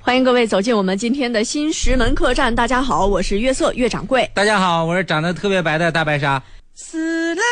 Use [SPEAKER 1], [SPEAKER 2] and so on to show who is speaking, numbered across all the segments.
[SPEAKER 1] 欢迎各位走进我们今天的新石门客栈。大家好，我是约瑟岳掌柜。
[SPEAKER 2] 大家好，我是长得特别白的大白鲨。
[SPEAKER 3] 死了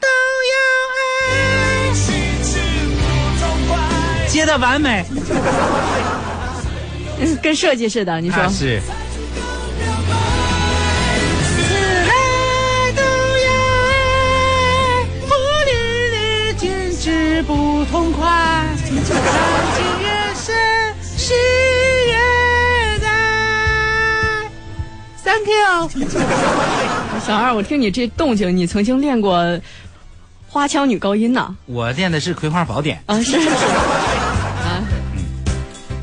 [SPEAKER 3] 都要爱，心情不痛快。接的完美，
[SPEAKER 1] 嗯跟设计似的，你说、
[SPEAKER 2] 那啊是
[SPEAKER 3] 死了都要爱，不淋漓尽致不痛快。感情越深，心越在。Thank you。
[SPEAKER 1] 小二，我听你这动静，你曾经练过花腔女高音呢？
[SPEAKER 2] 我练的是《葵花宝典
[SPEAKER 1] 啊， 是是啊。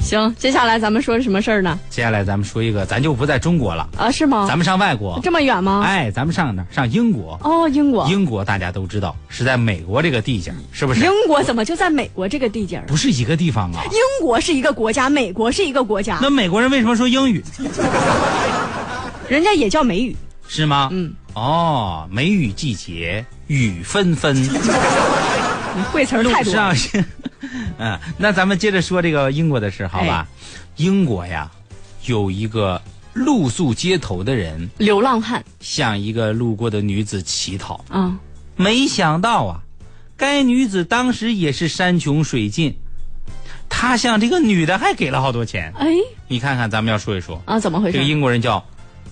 [SPEAKER 1] 行，接下来咱们说什么事儿呢？》。
[SPEAKER 2] 接下来咱们说一个，咱就不在中国了，
[SPEAKER 1] 啊，是吗？
[SPEAKER 2] 咱们上外国。
[SPEAKER 1] 这么远吗？
[SPEAKER 2] 哎，咱们上哪儿？上英国。
[SPEAKER 1] 哦，英国，
[SPEAKER 2] 英国大家都知道是在美国这个地界儿，是不是？
[SPEAKER 1] 英国怎么就在美国这个地界儿啊？
[SPEAKER 2] 不是一个地方啊。
[SPEAKER 1] 英国是一个国家，美国是一个国家，
[SPEAKER 2] 那美国人为什么说英语
[SPEAKER 1] 人家也叫美语。
[SPEAKER 2] 是吗？
[SPEAKER 1] 嗯。
[SPEAKER 2] 哦，梅雨季节，雨纷纷。
[SPEAKER 1] 你会词儿
[SPEAKER 2] 路
[SPEAKER 1] 太多了。
[SPEAKER 2] 上是，啊 嗯，那咱们接着说这个英国的事，好
[SPEAKER 1] 哎
[SPEAKER 2] 吧？英国呀，有一个露宿街头的人
[SPEAKER 1] 流浪汉
[SPEAKER 2] 向一个路过的女子乞讨，
[SPEAKER 1] 啊，
[SPEAKER 2] 没想到啊，该女子当时也是山穷水尽，她向这个女的还给了好多钱。
[SPEAKER 1] 哎
[SPEAKER 2] 你看看，咱们要说一说，
[SPEAKER 1] 啊，怎么回
[SPEAKER 2] 这
[SPEAKER 1] 事
[SPEAKER 2] 个英国人叫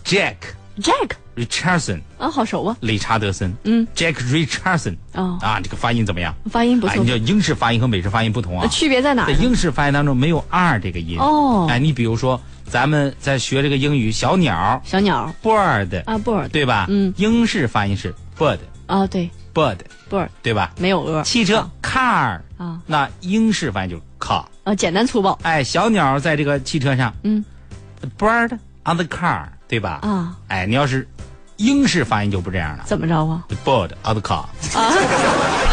[SPEAKER 2] Jack
[SPEAKER 1] ？Jack
[SPEAKER 2] Richardson，
[SPEAKER 1] 啊，好熟啊。
[SPEAKER 2] 理查德森。
[SPEAKER 1] 嗯
[SPEAKER 2] ，Jack Richardson
[SPEAKER 1] 啊，
[SPEAKER 2] 啊，这个发音怎么样？
[SPEAKER 1] 发音不
[SPEAKER 2] 哎，
[SPEAKER 1] 错
[SPEAKER 2] 你，知道英式发音和美式发音不同啊
[SPEAKER 1] 呃。区别在哪
[SPEAKER 2] 在
[SPEAKER 1] 儿呢？
[SPEAKER 2] 英式发音当中没有 r 这个音。
[SPEAKER 1] 哦
[SPEAKER 2] 哎，你比如说，咱们在学这个英语，小鸟
[SPEAKER 1] 小鸟
[SPEAKER 2] bird，
[SPEAKER 1] 啊，bird
[SPEAKER 2] 对吧？
[SPEAKER 1] 嗯
[SPEAKER 2] 英式发音是 bird
[SPEAKER 1] 啊，对
[SPEAKER 2] bird，
[SPEAKER 1] ，bird
[SPEAKER 2] 对吧？
[SPEAKER 1] 没有 a
[SPEAKER 2] 汽车 car，
[SPEAKER 1] 啊
[SPEAKER 2] 那英式发音就是 car。
[SPEAKER 1] 啊，简单粗暴
[SPEAKER 2] 哎，小鸟在这个汽车上，
[SPEAKER 1] 嗯
[SPEAKER 2] ，the bird on the car，对吧？
[SPEAKER 1] 啊，
[SPEAKER 2] 哎，你要是英式发音就不这样了
[SPEAKER 1] 怎么着啊？
[SPEAKER 2] ，the bird on the car。
[SPEAKER 1] 啊，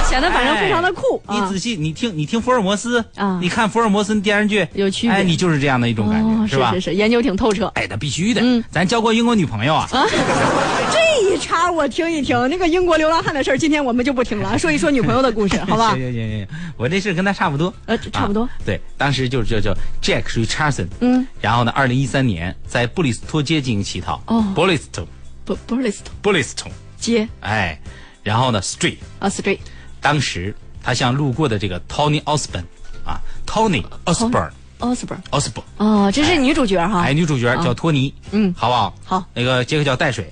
[SPEAKER 1] 显得反正非常的酷
[SPEAKER 2] 你
[SPEAKER 1] 啊
[SPEAKER 2] 仔细，你听，你听福尔摩斯
[SPEAKER 1] 啊
[SPEAKER 2] 你看福尔摩斯电视剧，
[SPEAKER 1] 有区别
[SPEAKER 2] 哎，你就是这样的一种感觉，
[SPEAKER 1] 哦，是
[SPEAKER 2] 吧？
[SPEAKER 1] 是是，研究挺透彻。
[SPEAKER 2] 哎，那必须的。
[SPEAKER 1] 嗯
[SPEAKER 2] 咱交过英国女朋友啊，
[SPEAKER 1] 这一茬我听一听，那个英国流浪汉的事儿，今天我们就不听 了，说一说女朋友的故事，好吧
[SPEAKER 2] 行？行行行，我这事儿跟他差不多，
[SPEAKER 1] 呃，差不多
[SPEAKER 2] 啊。对，当时就就就 Jack Richardson，
[SPEAKER 1] 嗯，
[SPEAKER 2] 然后呢，二零一三年在布里斯托街进行乞讨。
[SPEAKER 1] 哦
[SPEAKER 2] 布里斯托，
[SPEAKER 1] 不不是 list
[SPEAKER 2] 布里斯托，
[SPEAKER 1] 街
[SPEAKER 2] 哎，然后呢，Street，
[SPEAKER 1] 啊，street
[SPEAKER 2] 当时他向路过的这个 Tony Osborne，啊，Tony Osborne，Osborne，
[SPEAKER 1] Osborne 哦，这是女主角哈
[SPEAKER 2] 哎，， 女主角叫托尼，
[SPEAKER 1] 嗯
[SPEAKER 2] 好不好？
[SPEAKER 1] 好，
[SPEAKER 2] 那个杰克叫带水，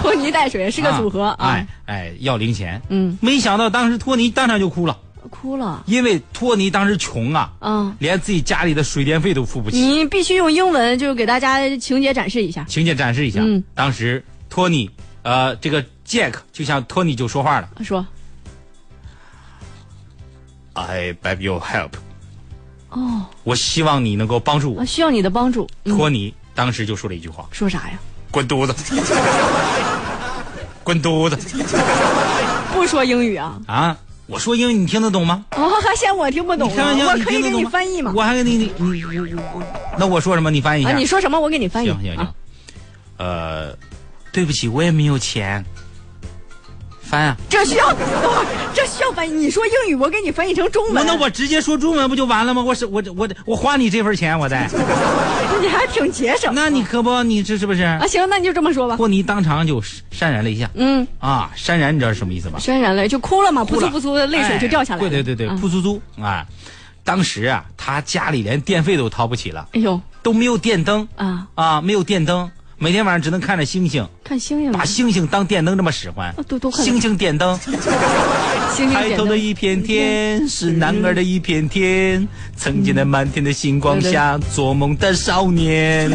[SPEAKER 1] 拖泥带水是个组合
[SPEAKER 2] 啊
[SPEAKER 1] 啊
[SPEAKER 2] 哎，哎，要零钱，
[SPEAKER 1] 嗯，
[SPEAKER 2] 没想到当时托尼当场就哭了，
[SPEAKER 1] 哭了
[SPEAKER 2] 因为托尼当时穷啊，
[SPEAKER 1] 啊。
[SPEAKER 2] 连自己家里的水电费都付不起。
[SPEAKER 1] 你必须用英文，就是给大家情节展示一下。
[SPEAKER 2] 情节展示一下，
[SPEAKER 1] 嗯
[SPEAKER 2] 当时托尼，呃，这个 Jack 就像托尼就说话了
[SPEAKER 1] 说，
[SPEAKER 2] ：“I beg your help，
[SPEAKER 1] 哦，
[SPEAKER 2] 我希望你能够帮助我。
[SPEAKER 1] 啊，需要你的帮助。嗯
[SPEAKER 2] 托尼当时就说了一句话
[SPEAKER 1] 说啥呀？：“
[SPEAKER 2] 滚犊 子，滚犊子
[SPEAKER 1] 不说英语啊？
[SPEAKER 2] 啊！”我说英语你听得懂吗？
[SPEAKER 1] 哦，还嫌我听不懂
[SPEAKER 2] 你
[SPEAKER 1] 呢
[SPEAKER 2] 开玩笑，
[SPEAKER 1] 我可以
[SPEAKER 2] 听得
[SPEAKER 1] 给
[SPEAKER 2] 懂
[SPEAKER 1] 你
[SPEAKER 2] 吗
[SPEAKER 1] 翻译嘛？
[SPEAKER 2] 我还给你你你你那我说什么？你翻译一
[SPEAKER 1] 啊，
[SPEAKER 2] 下。
[SPEAKER 1] 你说什么？我给你翻译。
[SPEAKER 2] 行行行
[SPEAKER 1] 啊，，
[SPEAKER 2] 呃，对不起，我也没有钱。翻啊！
[SPEAKER 1] 这需要等会儿，这需要翻译。你说英语，我给你翻译成中
[SPEAKER 2] 我
[SPEAKER 1] 文。啊
[SPEAKER 2] 那我直接说中文不就完了吗？我是我我我花你这份钱，我在。
[SPEAKER 1] 你还挺节省
[SPEAKER 2] 那你可不，你这是不是
[SPEAKER 1] 啊？？行，那你就这么说吧。
[SPEAKER 2] 霍尼当场就潸然泪下
[SPEAKER 1] 嗯，
[SPEAKER 2] 啊！潸然你知道是什么意思吧？
[SPEAKER 1] 潸然泪就哭了嘛，
[SPEAKER 2] 哭
[SPEAKER 1] 噗
[SPEAKER 2] 了
[SPEAKER 1] 呲噗呲的泪水就掉下来了。
[SPEAKER 2] 哎对对对对，
[SPEAKER 1] 啊
[SPEAKER 2] 噗嗖嗖啊！当时啊，他家里连电费都掏不起了，
[SPEAKER 1] 哎呦
[SPEAKER 2] 都没有电灯
[SPEAKER 1] 啊，
[SPEAKER 2] 啊，没有电灯，每天晚上只能看着星星，
[SPEAKER 1] 看星啊星吧
[SPEAKER 2] 把。星星当电灯这么使唤
[SPEAKER 1] 啊。多多嗯看看
[SPEAKER 2] 星星 点灯，
[SPEAKER 1] 星星
[SPEAKER 2] 抬
[SPEAKER 1] 点
[SPEAKER 2] 头
[SPEAKER 1] 灯
[SPEAKER 2] 的一片天是男儿的一片天，曾经的满天的星光下，做梦的少年。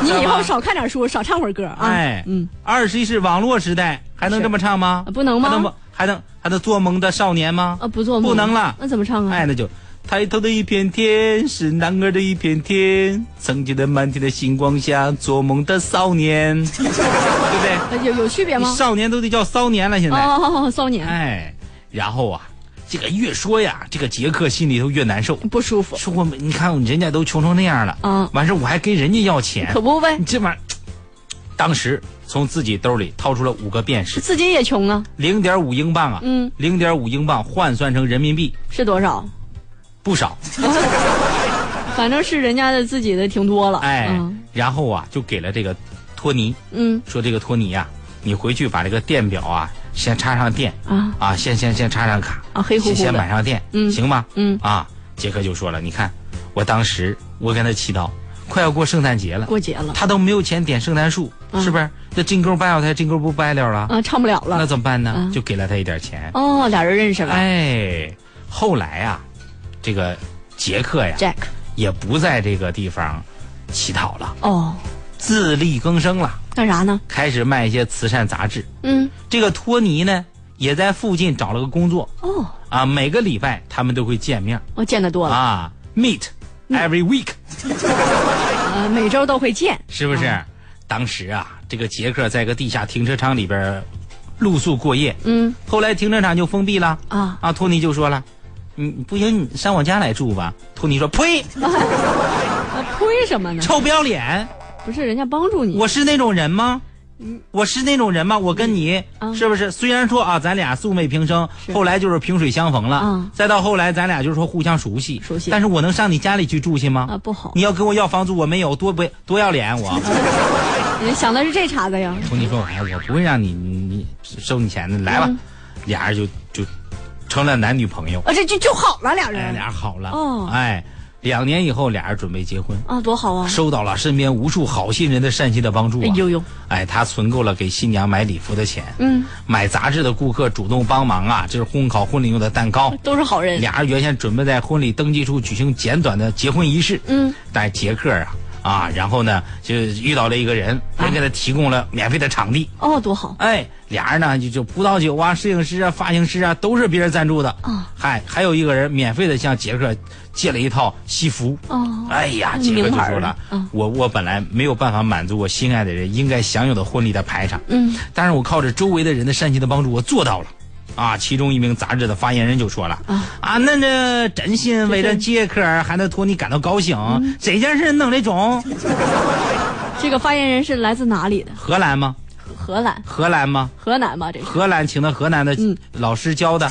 [SPEAKER 1] 你以
[SPEAKER 2] 知道
[SPEAKER 1] 后
[SPEAKER 2] 吗
[SPEAKER 1] 少看点书，少唱会儿歌啊。
[SPEAKER 2] 啊哎，
[SPEAKER 1] 嗯。，
[SPEAKER 2] 二十一世网络时代还能这么唱吗
[SPEAKER 1] 啊？不能吗
[SPEAKER 2] 还能不还能还能做梦的少年吗？
[SPEAKER 1] 啊，不做梦
[SPEAKER 2] 不能了
[SPEAKER 1] 那怎么唱啊？
[SPEAKER 2] 哎，那就抬头的一片天是男儿的一片天，曾经的满天的星光下，做梦的 少年，对不对？
[SPEAKER 1] 呃有有区别
[SPEAKER 2] 哎你
[SPEAKER 1] 吗？
[SPEAKER 2] 少年都得叫骚年了，现在。
[SPEAKER 1] 哦，骚年、
[SPEAKER 2] 哎，然后啊，这个越说呀，这个杰克心里头越难受。
[SPEAKER 1] 不舒服，
[SPEAKER 2] 说我们，你看人家都穷成那样了，
[SPEAKER 1] 嗯
[SPEAKER 2] 完事儿我还跟人家要钱
[SPEAKER 1] 可，不呗
[SPEAKER 2] 你，这玩意儿，当时从自己兜里掏出了五个 便士，
[SPEAKER 1] 自己也穷啊，
[SPEAKER 2] 零点五英镑啊，
[SPEAKER 1] 嗯，
[SPEAKER 2] 零点五英镑换算成人民币
[SPEAKER 1] 是多少？
[SPEAKER 2] 不少，
[SPEAKER 1] 反正是人家的自己的挺多了。
[SPEAKER 2] 哎，
[SPEAKER 1] 嗯
[SPEAKER 2] 然后啊，就给了这个托尼，
[SPEAKER 1] 嗯
[SPEAKER 2] 说这个托尼呀、啊你回去把这个电表啊先插上电
[SPEAKER 1] 啊
[SPEAKER 2] 啊，先先先插上卡
[SPEAKER 1] 啊黑乎乎的
[SPEAKER 2] 先先买上电，
[SPEAKER 1] 嗯
[SPEAKER 2] 行吧？
[SPEAKER 1] 嗯，
[SPEAKER 2] 啊，杰克就说了，你看我当时我跟他祈祷，快要过圣诞节了，
[SPEAKER 1] 过节了
[SPEAKER 2] 他都没有钱点圣诞树，
[SPEAKER 1] 嗯
[SPEAKER 2] 是不是？那金钩掰了他，金钩不掰了了，
[SPEAKER 1] 啊，唱不了
[SPEAKER 2] 那
[SPEAKER 1] 了。
[SPEAKER 2] 怎么办呢？
[SPEAKER 1] 嗯
[SPEAKER 2] 就给了他一点钱。
[SPEAKER 1] 哦，俩人认识了、
[SPEAKER 2] 哎，后来啊，这个杰克呀
[SPEAKER 1] j a c k
[SPEAKER 2] 也不在这个地方乞讨了，
[SPEAKER 1] 哦，
[SPEAKER 2] 自力更生了，
[SPEAKER 1] 干啥呢？
[SPEAKER 2] 开始卖一些慈善杂志。
[SPEAKER 1] 嗯，
[SPEAKER 2] 这个托尼呢，也在附近找了个工作
[SPEAKER 1] 哦，
[SPEAKER 2] 啊，每个礼拜他们都会见面
[SPEAKER 1] 我见得多了，
[SPEAKER 2] 啊，meet every week，、
[SPEAKER 1] 呃，每周都会见。
[SPEAKER 2] 是不是？当时啊，这个杰克在个地下停车场里边露宿过夜，
[SPEAKER 1] 嗯
[SPEAKER 2] 后来停车场就封闭了
[SPEAKER 1] 啊，
[SPEAKER 2] 啊，托尼就说了。你你不行，你上我家来住吧。托尼说：“呸，
[SPEAKER 1] 呃推什么呢？
[SPEAKER 2] 臭不要脸！
[SPEAKER 1] 不是人家帮助你，
[SPEAKER 2] 我是那种人吗？我是那种人吗？我跟你、
[SPEAKER 1] 嗯
[SPEAKER 2] 是不是？虽然说啊，咱俩素昧平生，
[SPEAKER 1] 是
[SPEAKER 2] 后来就是萍水相逢了，
[SPEAKER 1] 嗯
[SPEAKER 2] 再到后来咱俩就是说互相熟悉，
[SPEAKER 1] 熟悉
[SPEAKER 2] 但是我能上你家里去住去吗？
[SPEAKER 1] 啊不好
[SPEAKER 2] 你要跟我要房租，我没有，多不多要脸 我。
[SPEAKER 1] 人想的是这茬子呀。
[SPEAKER 2] 我跟你说，哎，我不会让你你你收你钱的，来吧，
[SPEAKER 1] 嗯
[SPEAKER 2] 俩人就就成了男女朋友，
[SPEAKER 1] 啊，这就就好了，俩人、
[SPEAKER 2] 哎，俩人好了，
[SPEAKER 1] 哦
[SPEAKER 2] 哎，两年以后俩人准备结婚。
[SPEAKER 1] 啊，多好啊！
[SPEAKER 2] 收到了身边无数好心人的善心的帮助、啊。
[SPEAKER 1] 哎呦呦，
[SPEAKER 2] 哎，他存够了给新娘买礼服的钱，
[SPEAKER 1] 嗯，
[SPEAKER 2] 买杂志的顾客主动帮忙啊，这是烘烤婚礼用的蛋糕。
[SPEAKER 1] 都是好人。
[SPEAKER 2] 俩人原先准备在婚礼登记处举行简短的结婚仪式，
[SPEAKER 1] 嗯，
[SPEAKER 2] 但杰克啊啊，然后呢就遇到了一个人，
[SPEAKER 1] 啊
[SPEAKER 2] 人给他提供了免费的场地。
[SPEAKER 1] 哦，多好。
[SPEAKER 2] 哎，俩人呢就就葡萄酒啊、摄影师啊、发型师啊都是别人赞助的。
[SPEAKER 1] 哦
[SPEAKER 2] 嗨，还有一个人免费的向杰克借了一套西服。
[SPEAKER 1] 哦，
[SPEAKER 2] 哎呀，
[SPEAKER 1] 嗯
[SPEAKER 2] 杰克就
[SPEAKER 1] 名牌
[SPEAKER 2] 说
[SPEAKER 1] 儿
[SPEAKER 2] 了，
[SPEAKER 1] 嗯
[SPEAKER 2] 我我本来没有办法满足我心爱的人应该享有的婚礼的排场，
[SPEAKER 1] 嗯，
[SPEAKER 2] 但是我靠着周围的人的善心的帮助，我做到了。啊，其中一名杂志的发言人就说了，
[SPEAKER 1] 啊
[SPEAKER 2] 那这真心为了杰克还能托你感到高兴，
[SPEAKER 1] 嗯
[SPEAKER 2] 这件事弄得中？
[SPEAKER 1] 这个发言人是来自哪里的？
[SPEAKER 2] 荷兰吗？
[SPEAKER 1] 荷兰、
[SPEAKER 2] 荷兰吗？
[SPEAKER 1] 河南吧？这是
[SPEAKER 2] 荷兰请的河南的
[SPEAKER 1] 嗯
[SPEAKER 2] 老师教的，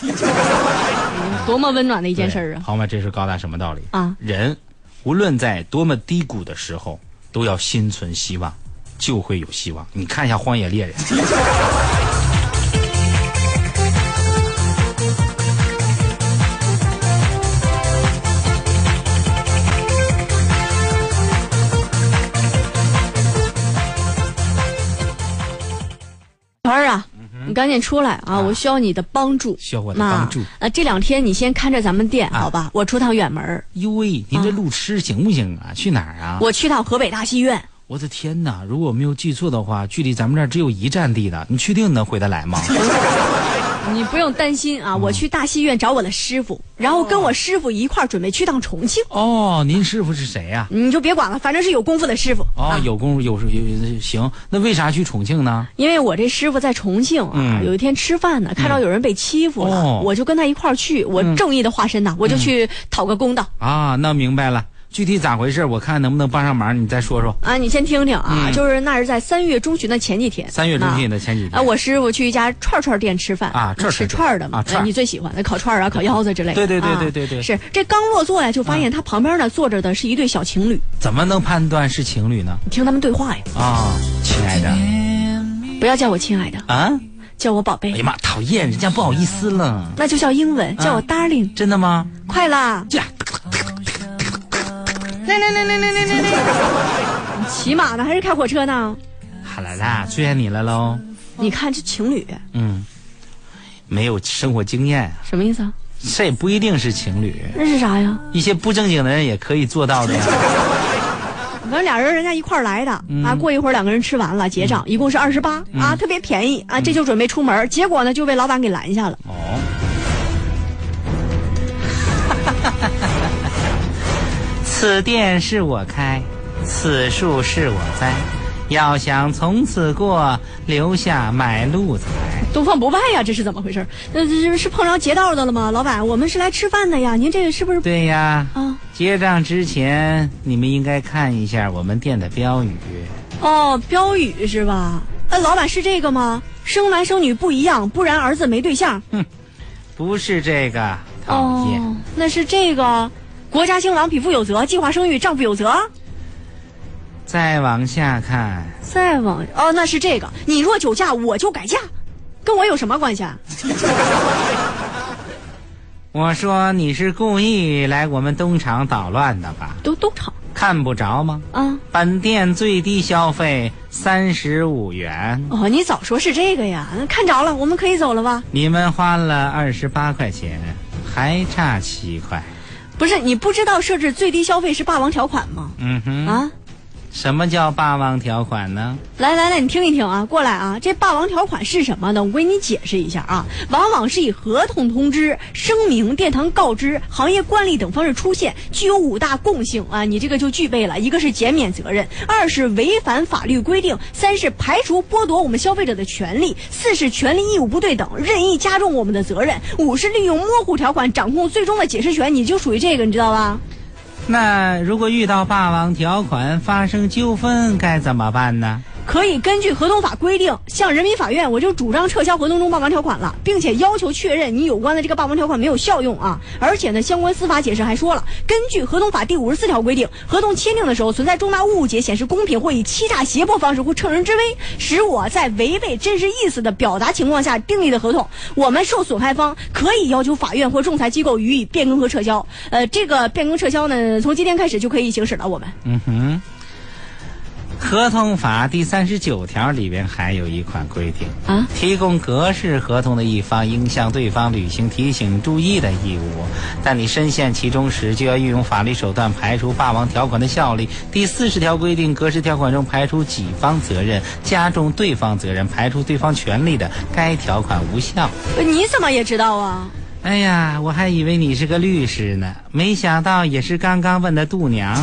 [SPEAKER 1] 多么温暖的一
[SPEAKER 2] 这
[SPEAKER 1] 件事儿啊！
[SPEAKER 2] 好嘛，这是高大什么道理
[SPEAKER 1] 啊
[SPEAKER 2] 人无论在多么低谷的时候，都要心存希望，就会有希望。你看一下《荒野猎人》。
[SPEAKER 1] 小二啊，你赶紧出来啊！我需要你的帮助，
[SPEAKER 2] 嗯需要我的帮助啊
[SPEAKER 1] 妈。呃，这两天你先看着咱们店，好吧？我出趟远门儿，
[SPEAKER 2] 哟喂，您这路痴行不行啊？去哪儿啊？
[SPEAKER 1] 嗯我去趟河北大戏院。
[SPEAKER 2] 我的天哪！如果我没有记错的话，距离咱们这儿只有一站地的，你确定能回得 来吗？
[SPEAKER 1] 你不用担心
[SPEAKER 2] 嗯
[SPEAKER 1] 啊，我去大戏院找我的师傅，然后跟我师傅一块儿准备去趟重庆。
[SPEAKER 2] 哦，您师傅是谁呀、
[SPEAKER 1] 你就别管了，反正是有功夫的师傅。
[SPEAKER 2] 哦，有功夫有时有行，那为啥去重庆呢？
[SPEAKER 1] 因为我这师傅在重庆啊，
[SPEAKER 2] 嗯
[SPEAKER 1] 有一天吃饭呢，看到有人被欺负了，
[SPEAKER 2] 哦嗯
[SPEAKER 1] 我就跟他一块儿去，我正义的化身呐，我就去讨个公道。
[SPEAKER 2] 啊，那明白了，具体咋回事？我看能不能帮上忙，你再说说。
[SPEAKER 1] 啊，你先听听啊，就是那是在三月中旬的前几天，
[SPEAKER 2] 嗯三月中旬
[SPEAKER 1] 啊。
[SPEAKER 2] 的前几
[SPEAKER 1] 啊，
[SPEAKER 2] 天，
[SPEAKER 1] 我师傅去一家串串店吃饭
[SPEAKER 2] 啊串串
[SPEAKER 1] 吃
[SPEAKER 2] 店
[SPEAKER 1] 串儿的嘛，
[SPEAKER 2] 啊串儿
[SPEAKER 1] 哎你最喜欢的烤串儿啊、烤腰子之类的。
[SPEAKER 2] 对对对
[SPEAKER 1] 啊
[SPEAKER 2] 对对对嗯
[SPEAKER 1] 是这刚落座呀，就发现他旁边呢坐着的是一对小情侣，
[SPEAKER 2] 怎么能判断是情侣呢？
[SPEAKER 1] 你听他们对话呀，
[SPEAKER 2] 啊，亲爱的
[SPEAKER 1] 不要叫我亲爱的，
[SPEAKER 2] 啊，
[SPEAKER 1] 叫我宝贝
[SPEAKER 2] 哎呀，嗯妈，讨厌，人家不好意思了，
[SPEAKER 1] 那就叫英文，叫我 darling，
[SPEAKER 2] 真的吗？
[SPEAKER 1] 快啦，
[SPEAKER 2] 呀，
[SPEAKER 1] 骑马呢还是开火车呢？
[SPEAKER 2] 哈啦啦，追上你了喽。
[SPEAKER 1] 你看这情侣
[SPEAKER 2] 嗯，没有生活经验，
[SPEAKER 1] 什么意思啊？
[SPEAKER 2] 这也不一定是情侣，
[SPEAKER 1] 那是啥呀？
[SPEAKER 2] 一些不正经的人也可以做到的呀。
[SPEAKER 1] 反正俩人人家一块儿来的、啊，过一会儿两个人吃完了结账，一共是二十八啊，特别便宜啊，这就准备出门儿，结果呢就被老板给拦下了。
[SPEAKER 2] 哦，此店是我开，此树是我栽。要想从此过，留下买路财。
[SPEAKER 1] 东方不败呀，这是怎么回事儿？那这这是碰着劫道的了吗？老板，我们是来吃饭的呀，您这个是不是
[SPEAKER 2] 对呀，
[SPEAKER 1] 啊？
[SPEAKER 2] 结账之前你们应该看一下我们店的标语。
[SPEAKER 1] 哦，标语是吧？呃，老板是这个吗？生男生女不一样，不然儿子没对象。
[SPEAKER 2] 不是这个，讨厌。
[SPEAKER 1] 哦哦，那是这个，国家兴亡，匹夫有责；计划生育，丈夫有责。
[SPEAKER 2] 再往下看，
[SPEAKER 1] 再往哦，那是这个，你若酒驾，我就改嫁，跟我有什么关系啊？
[SPEAKER 2] 我说你是故意来我们东厂捣乱的吧？
[SPEAKER 1] 都都吵
[SPEAKER 2] 看不着吗？
[SPEAKER 1] 啊！
[SPEAKER 2] 本店最低消费三十五元，
[SPEAKER 1] 哦，你早说是这个呀！看着了，我们可以走了吧？
[SPEAKER 2] 你们花了二十八块钱，还差七块。
[SPEAKER 1] 不是，你不知道设置最低消费是霸王条款吗？
[SPEAKER 2] 嗯哼，
[SPEAKER 1] 啊，
[SPEAKER 2] 什么叫霸王条款呢？
[SPEAKER 1] 来来来，你听一听啊，过来啊！这霸王条款是什么呢？我给你解释一下啊，往往是以合同通知、声明、殿堂告知、行业惯例等方式出现，具有五大共性啊，你这个就具备了：一个是减免责任，二是违反法律规定，三是排除剥夺我们消费者的权利，四是权利义务不对等，任意加重我们的责任，五是利用模糊条款掌控最终的解释权，你就属于这个，你知道吧？
[SPEAKER 2] 那如果遇到霸王条款发生纠纷该怎么办呢？
[SPEAKER 1] 可以根据合同法规定向人民法院，我就主张撤销合同中霸王条款了，并且要求确认你有关的这个霸王条款没有效用啊！而且呢，相关司法解释还说了，根据合同法第五十四条规定，合同签订的时候存在重大误解，显示公平或以欺诈、胁迫方式或乘人之危，使我在违背真实意思的表达情况下订立的合同，我们受损害方可以要求法院或仲裁机构予以变更和撤销。呃，这个变更撤销呢，从今天开始就可以行使了。我们
[SPEAKER 2] 嗯哼，合同法第三十九条里边还有一款规定，
[SPEAKER 1] 啊，
[SPEAKER 2] 提供格式合同的一方应向对方履行提醒、注意的义务，但你深陷其中时，就要运用法律手段排除霸王条款的效力。第四十条规定，格式条款中排除己方责任、加重对方责任、排除对方权利的，该条款无效。
[SPEAKER 1] 呃你怎么也知道啊？
[SPEAKER 2] 哎呀，我还以为你是个律师呢，没想到也是刚刚问的度 娘。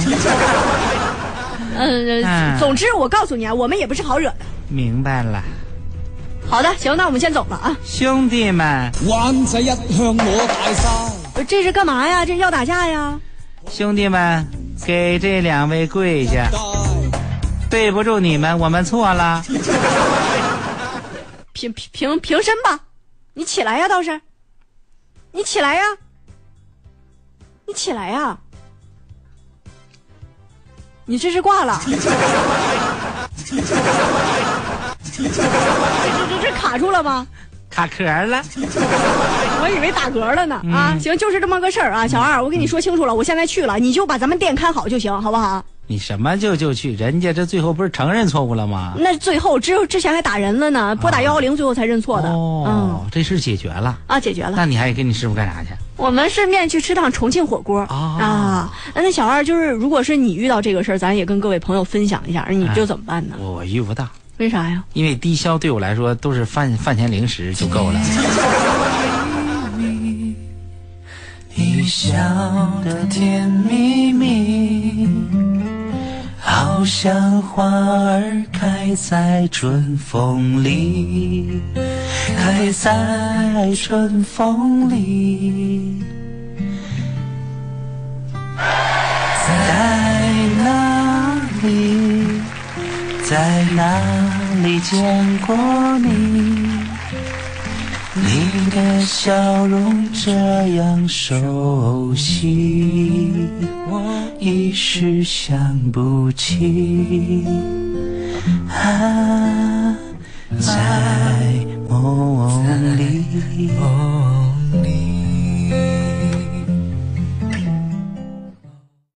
[SPEAKER 1] 嗯，
[SPEAKER 2] 哎
[SPEAKER 1] 总之我告诉你啊，我们也不是好惹的。
[SPEAKER 2] 明白了，
[SPEAKER 1] 好的，行，那我们先走了啊。
[SPEAKER 2] 兄弟们，
[SPEAKER 3] 灣仔一向我大晒，
[SPEAKER 1] 这是干嘛呀？这要打架呀？
[SPEAKER 2] 兄弟们，给这两位跪下。
[SPEAKER 3] 大
[SPEAKER 2] 对不住你们，我们错了。
[SPEAKER 1] 平平平平身吧，你起来呀，倒是，你起来呀，你起来呀，你这是挂了， 这这这卡住了吗？
[SPEAKER 2] 卡壳了，
[SPEAKER 1] 我以为打嗝了呢啊！行，就是这么个事儿啊，小二，我跟你说清楚了，我现在去了，你就把咱们店看好就行，好不好？
[SPEAKER 2] 你什么就就去？人家这最后不是承认错误了吗？
[SPEAKER 1] 那最后之后之前还打人了呢，拨打幺幺零，最后才认错的。嗯
[SPEAKER 2] 啊哦，这事解决了。
[SPEAKER 1] 啊，解决了。
[SPEAKER 2] 那你还跟你师傅干啥去？
[SPEAKER 1] 我们顺便去吃趟重庆火锅、
[SPEAKER 2] 哦
[SPEAKER 1] 啊。那小二就是，如果是你遇到这个事儿，咱也跟各位朋友分享一下，你
[SPEAKER 2] 哎
[SPEAKER 1] 就怎么办呢？
[SPEAKER 2] 我我遇不到，
[SPEAKER 1] 为啥呀？
[SPEAKER 2] 因为低消对我来说都是饭饭前零食就够了。
[SPEAKER 4] 一笑的甜蜜蜜，好像花儿开在春风里，开在春风里。在哪里，在哪里见过你？你的笑容这样熟悉，我一时想不起。啊，在梦里。